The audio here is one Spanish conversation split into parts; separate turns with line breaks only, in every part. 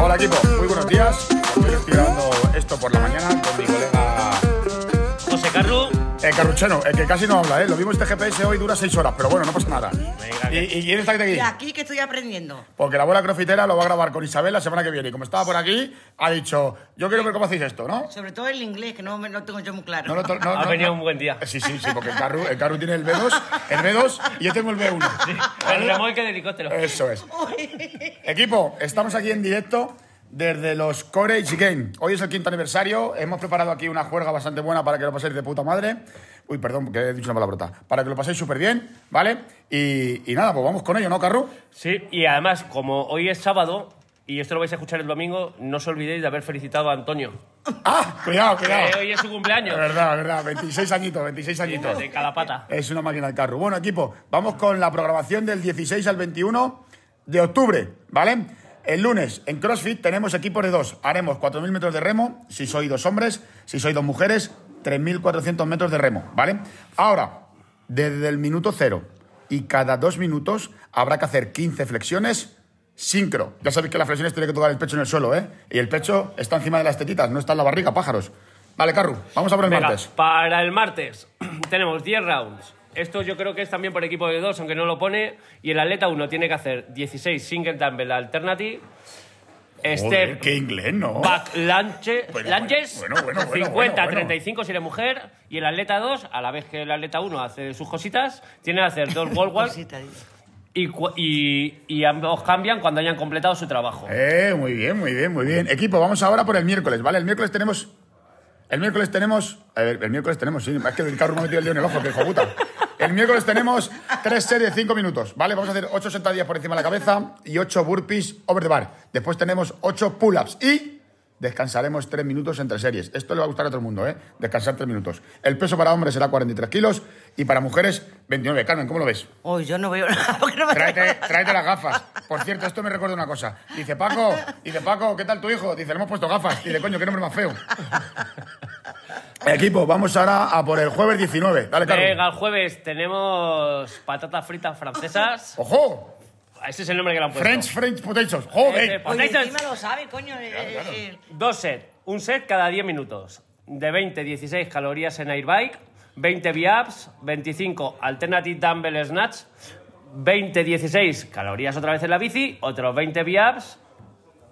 Hola equipo, muy buenos días. Hoy estoy grabando esto por la mañana con mi colega
José Carlos.
eh, Carrucheno, el que casi no habla, ¿eh? Lo mismo este GPS hoy dura 6 horas, pero bueno, no pasa nada.
Venga,
¿Y,
que-
y quién está aquí?
Y aquí que estoy aprendiendo.
Porque la abuela crofitera lo va a grabar con Isabel la semana que viene. Y como estaba por aquí, ha dicho, yo quiero ver cómo hacéis esto, ¿no?
Sobre todo el inglés, que no me- lo tengo yo muy claro.
No, no, to- no,
Ha
no,
venido
no.
un buen día.
Sí, sí, sí, porque el Carru, el Carru tiene el B2, el B2 y yo tengo el B1.
El remolque de helicóptero.
Eso es. Equipo, estamos aquí en directo desde los Courage Game. Hoy es el quinto aniversario. Hemos preparado aquí una juerga bastante buena para que lo paséis de puta madre. Uy, perdón, que he dicho una palabrota. Para que lo paséis súper bien, ¿vale? Y, y nada, pues vamos con ello, ¿no, Carru?
Sí, y además, como hoy es sábado y esto lo vais a escuchar el domingo, no os olvidéis de haber felicitado a Antonio.
¡Ah! Cuidado, cuidado. Eh,
Que hoy es su
Es
cumpleaños.
verdad, es verdad. 26 añitos, 26 añitos.
De cada pata.
Es una máquina el carro. Bueno, equipo, vamos con la programación del 16 al 21 de octubre, ¿vale? El lunes en CrossFit tenemos equipos de dos. Haremos 4.000 metros de remo, si soy dos hombres, si soy dos mujeres, 3.400 metros de remo, ¿vale? Ahora, desde el minuto cero y cada dos minutos habrá que hacer 15 flexiones sincro. Ya sabéis que las flexiones tienen que tocar el pecho en el suelo, ¿eh? Y el pecho está encima de las tetitas, no está en la barriga, pájaros. Vale, Carru, vamos a por el
Venga,
martes.
para el martes tenemos 10 rounds. Esto yo creo que es también por equipo de dos, aunque no lo pone. Y el atleta 1 tiene que hacer 16 single dumbbell alternative, Este
Joder,
step
qué inglés, ¿no?
back lunge-
Oh. Bueno,
lunges,
bueno, bueno, bueno, bueno,
50,
bueno.
35 si eres mujer. Y el atleta 2, a la vez que el atleta 1 hace sus cositas, tiene que hacer dos wall walks
Cosita, dice.
y, cu- y, y ambos cambian cuando hayan completado su trabajo.
Eh, muy bien, muy bien, muy bien. Equipo, vamos ahora por el miércoles, ¿vale? El miércoles tenemos. El miércoles tenemos. A ver, el miércoles tenemos, sí. Es que el carro me ha metido el dedo en el ojo, que hijo puta. El miércoles tenemos tres series de cinco minutos, ¿vale? Vamos a hacer ocho sentadillas por encima de la cabeza y ocho burpees over the bar. Después tenemos ocho pull-ups y descansaremos tres minutos entre series. Esto le va a gustar a todo el mundo, ¿eh? Descansar tres minutos. El peso para hombres será 43 kilos y para mujeres 29. Carmen, ¿cómo lo ves?
Uy, yo no veo nada porque no me
Tráete,
traigo.
tráete las gafas. Por cierto, esto me recuerda una cosa. Dice Paco, dice Paco, ¿qué tal tu hijo? Dice, le hemos puesto gafas. Dice, coño, qué nombre más feo. Equipo, vamos ahora a por el jueves 19. Dale,
Venga,
Carlos.
el jueves tenemos patatas fritas francesas.
¡Ojo!
Ese es el nombre que le han puesto.
French, French potatoes. ¡Joder!
Pues Ese-
Oye,
Potatoes.
encima lo sabe, coño. eh, eh,
Dos sets, un set cada 10 minutos. De 20, 16 calorías en airbike, 20 V-ups, 25 alternative dumbbell snatch, 20, 16 calorías otra vez en la bici, otros 20 V-ups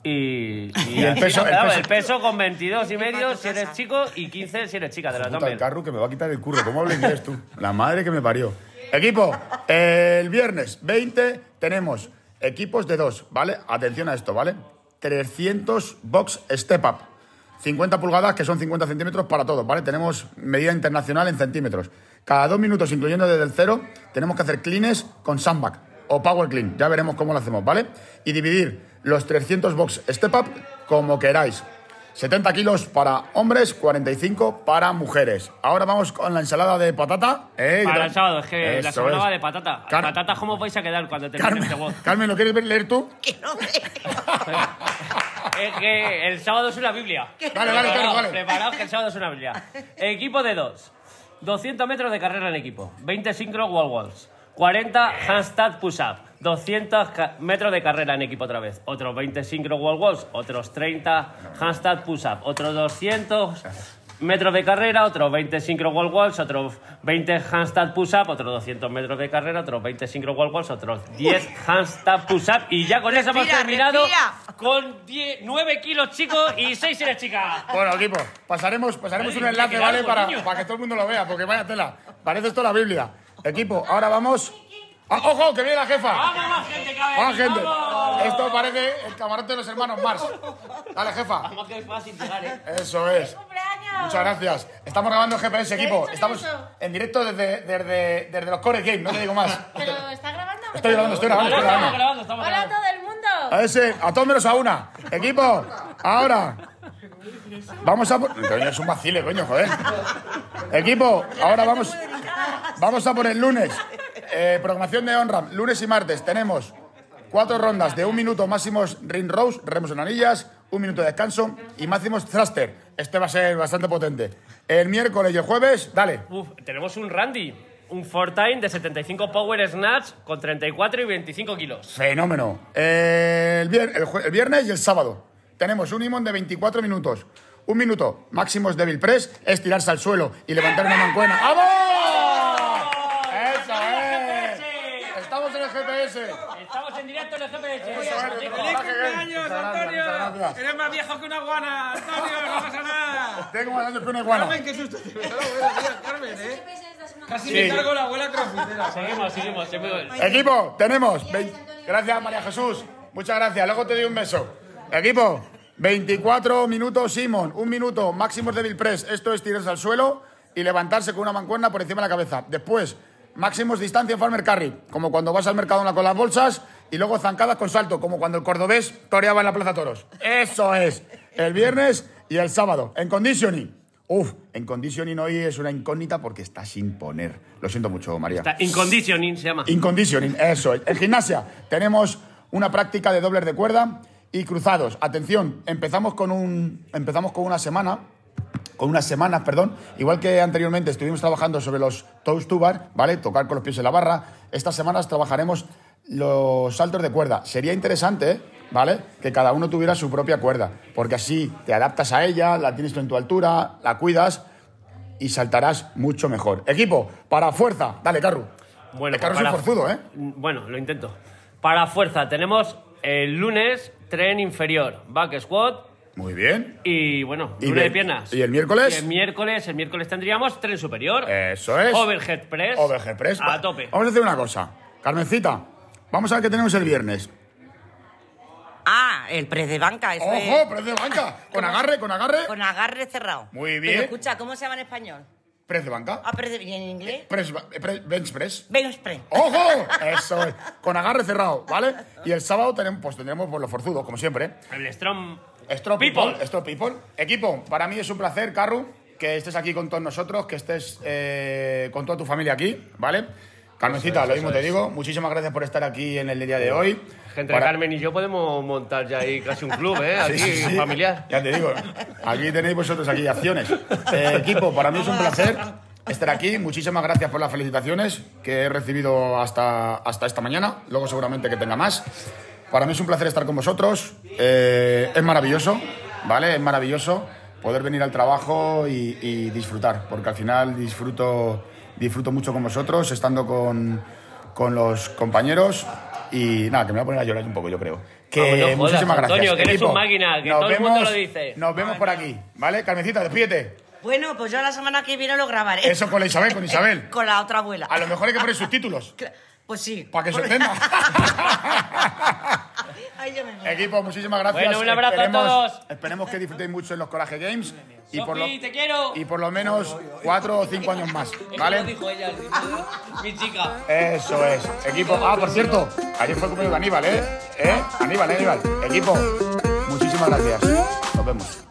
y,
Y el peso- el peso.
el peso con 22 y medio
tu
si eres
casa.
chico y 15 si eres chica de la
Puta, el
dumbbell.
carro que me va a quitar el curro. ¿Cómo hablas inglés tú? La madre que me parió. Equipo, el viernes 20 tenemos equipos de dos, ¿vale? Atención a esto, ¿vale? 300 box step up. 50 pulgadas, que son 50 centímetros para todos, ¿vale? Tenemos medida internacional en centímetros. Cada dos minutos, incluyendo desde el cero, tenemos que hacer cleans con sandbag o power clean. Ya veremos cómo lo hacemos, ¿vale? Y dividir los 300 box step up como queráis. 70 kilos para hombres, 45 para mujeres. Ahora vamos con la ensalada de patata. ¿eh?
Para el sábado, es que la
Eso
semana
es.
va de patata.
Car-
¿Patatas cómo os vais a quedar cuando termine este
Carmen,
voz?
Carmen, ¿lo quieres ver- leer tú?
que no veo.
Es que el sábado es una Biblia.
Vale, vale, claro,
Preparaos,
vale.
preparaos que el sábado es una Biblia. Equipo de dos. 200 metros de carrera en equipo. 20 sincro wall walls. 40 handstand push-up. 200 ca- metros de carrera en equipo otra vez. Otros 20 sincro wall walls. Otros 30 handstand push-up. Otros 200 metros de carrera. Otros 20 sincro wall walls. Otros 20 handstand push-up. Otros 200 metros de carrera. Otros 20 sincro wall walls. Otros 10 handstand push-up. Y ya con eso hemos
Respira,
terminado
respira.
con 10, 9 kilos chicos y 6 eres chica.
Bueno, equipo, pasaremos, pasaremos
Ay,
un
mira,
enlace,
qué
¿vale?
largo,
Para,
niño.
para que todo el mundo lo vea, porque vaya tela. Parece esto la Biblia. Equipo, ahora vamos. Ah, ¡Ojo, que viene la jefa!
Vamos, más gente, cabrón.
¡Vamos, gente! Esto parece el camarote de los hermanos Mars. Dale, jefa.
Vamos, que es fácil llegar, eh.
Eso es. Muchas gracias. Estamos grabando GPS, equipo.
dicho
Estamos
eso?
en directo desde, desde, desde los Core Game, no te digo más.
¿Pero está grabando? o qué?
Estoy grabando, estoy grabando, estoy grabando.
estamos grabando, estamos
Hola a
grabando.
todo el mundo.
A ese, a todos menos a una. Equipo, ahora. Vamos a por. Coño, es un vacile, coño, joder. Equipo, ahora vamos. Vamos a por el lunes. Eh, programación de OnRAM. Lunes y martes tenemos cuatro rondas de un minuto máximos ring rows, remos en anillas, un minuto de descanso y máximos thruster. Este va a ser bastante potente. El miércoles y el jueves, dale.
Uf, tenemos un Randy. un Fortime de 75 Power Snatch con 34 y 25 kilos.
Fenómeno. Eh, el, vier- el jue- el viernes y el sábado tenemos un imón de 24 minutos. Un minuto, máximos débil press, es tirarse al suelo y levantar una mancuena. ¡Vamos! ¡Eso es! ¡Estamos en el GPS!
Estamos en directo en el
Eso
GPS.
es.
¡Feliz cumpleaños,
Muchas gracias,
Antonio!
muchas gracias.
Eres más viejo que una guana, Antonio, no pasa nada.
Tengo más daños que una iguana.
Carmen, qué susto te veo, buenos días, Carmen, ¿eh? Casi
Sí.
me cargo la abuela crofitera.
Seguimos, seguimos. seguimos.
Equipo, tenemos. vein- Gracias, María Jesús. Muchas gracias. Luego te doy un beso. Equipo, 24 minutos, Simon. Un minuto, máximos débil press. Esto es tirarse al suelo y levantarse con una mancuerna por encima de la cabeza. Después, máximos distancia en farmer carry, como cuando vas al mercado con las bolsas. Y luego zancadas con salto, como cuando el cordobés toreaba en la Plaza Toros. Eso es. El viernes y el sábado. En conditioning. Uf, en conditioning hoy es una incógnita porque está sin poner. Lo siento mucho, María.
Está- Inconditioning se llama.
Inconditioning, eso. es. En gimnasia tenemos una práctica de dobles de cuerda y cruzados. Atención, empezamos con un empezamos con una semana con unas semanas, perdón, igual que anteriormente estuvimos trabajando sobre los toes to bar, ¿vale? Tocar con los pies en la barra. Estas semanas trabajaremos los saltos de cuerda. Sería interesante, ¿eh? ¿vale? Que cada uno tuviera su propia cuerda, porque así te adaptas a ella, la tienes tú en tu altura, la cuidas y saltarás mucho mejor. Equipo, para fuerza, dale, Carru.
Bueno,
el Carru
para- Mm,
es un forzudo, ¿eh?
Bueno, lo intento. Para fuerza tenemos el lunes tren inferior, back squat
Muy bien.
y bueno,
¿Y
lunes de
el-
piernas.
y el miércoles?
Y el miércoles, el miércoles tendríamos tren superior.
Eso es.
Overhead press.
Overhead press. Oh.
A tope.
Vamos a hacer una cosa. Carmencita, vamos a ver qué tenemos el viernes.
Ah, el press de banca, eso
¡Ojo,
es.
press de banca! Con agarre, con agarre.
Con agarre cerrado.
Muy bien.
Pero escucha, ¿cómo se llama en español?
Press de banca.
Ah, press de... ¿Y en inglés?
Press ba- eh, pre- bench press.
Venus press.
¡Ojo! Eso es. Con agarre cerrado, ¿vale? Y el sábado tenemos, pues, tendremos por los forzudos, como siempre.
El strong.
Straw people.
People.
straw people. Equipo, para mí es un placer, Carru, que estés aquí con todos nosotros, que estés eh, con toda tu familia aquí, ¿vale? Carmencita, lo mismo te digo. Muchísimas gracias por estar aquí en el día de hoy.
Que entre
Para-
Carmen y yo podemos montar ya ahí casi un club, ¿eh?
Sí,
Aquí,
sí, sí.
familiar.
Ya te digo, aquí tenéis vosotros aquí acciones. Eh, equipo, para mí es un placer estar aquí. Muchísimas gracias por las felicitaciones que he recibido hasta, hasta esta mañana. Luego seguramente que tenga más. Para mí es un placer estar con vosotros. Eh, es maravilloso, ¿vale? Es maravilloso poder venir al trabajo y, y disfrutar, porque al final disfruto, disfruto mucho con vosotros, estando con, con los compañeros. Y nada, que me voy a poner a llorar un poco, yo creo. Que
Vamos, no jodas,
muchísimas gracias.
Antonio, que eres
Equipo,
un máquina, que
nos
todo el mundo
vemos-
lo dice.
Nos vemos por aquí, ¿vale? Carmencita, despídete.
Bueno, pues yo la semana que viene lo grabaré.
Eso con la Isabel, con Isabel.
Con la otra abuela.
A lo mejor hay que poner subtítulos
Cla- Pues sí.
para que se
Por-
entienda.
Ahí ya me voy.
Equipo, muchísimas gracias.
Bueno, un abrazo a
Esperemos-
todos.
Esperemos que disfrutéis mucho en los Coraje Games. Y por, lo,
Sofi, te quiero.
y por lo menos cuatro o cinco años más,
Eso
¿vale?
dijo ella, ¿eh? mi chica.
Eso es. Equipo. Ah, por cierto, ayer fue el cumpleaños de Aníbal, ¿eh? ¿Eh? Aníbal, ¿eh? Aníbal. Equipo, muchísimas gracias. Nos vemos.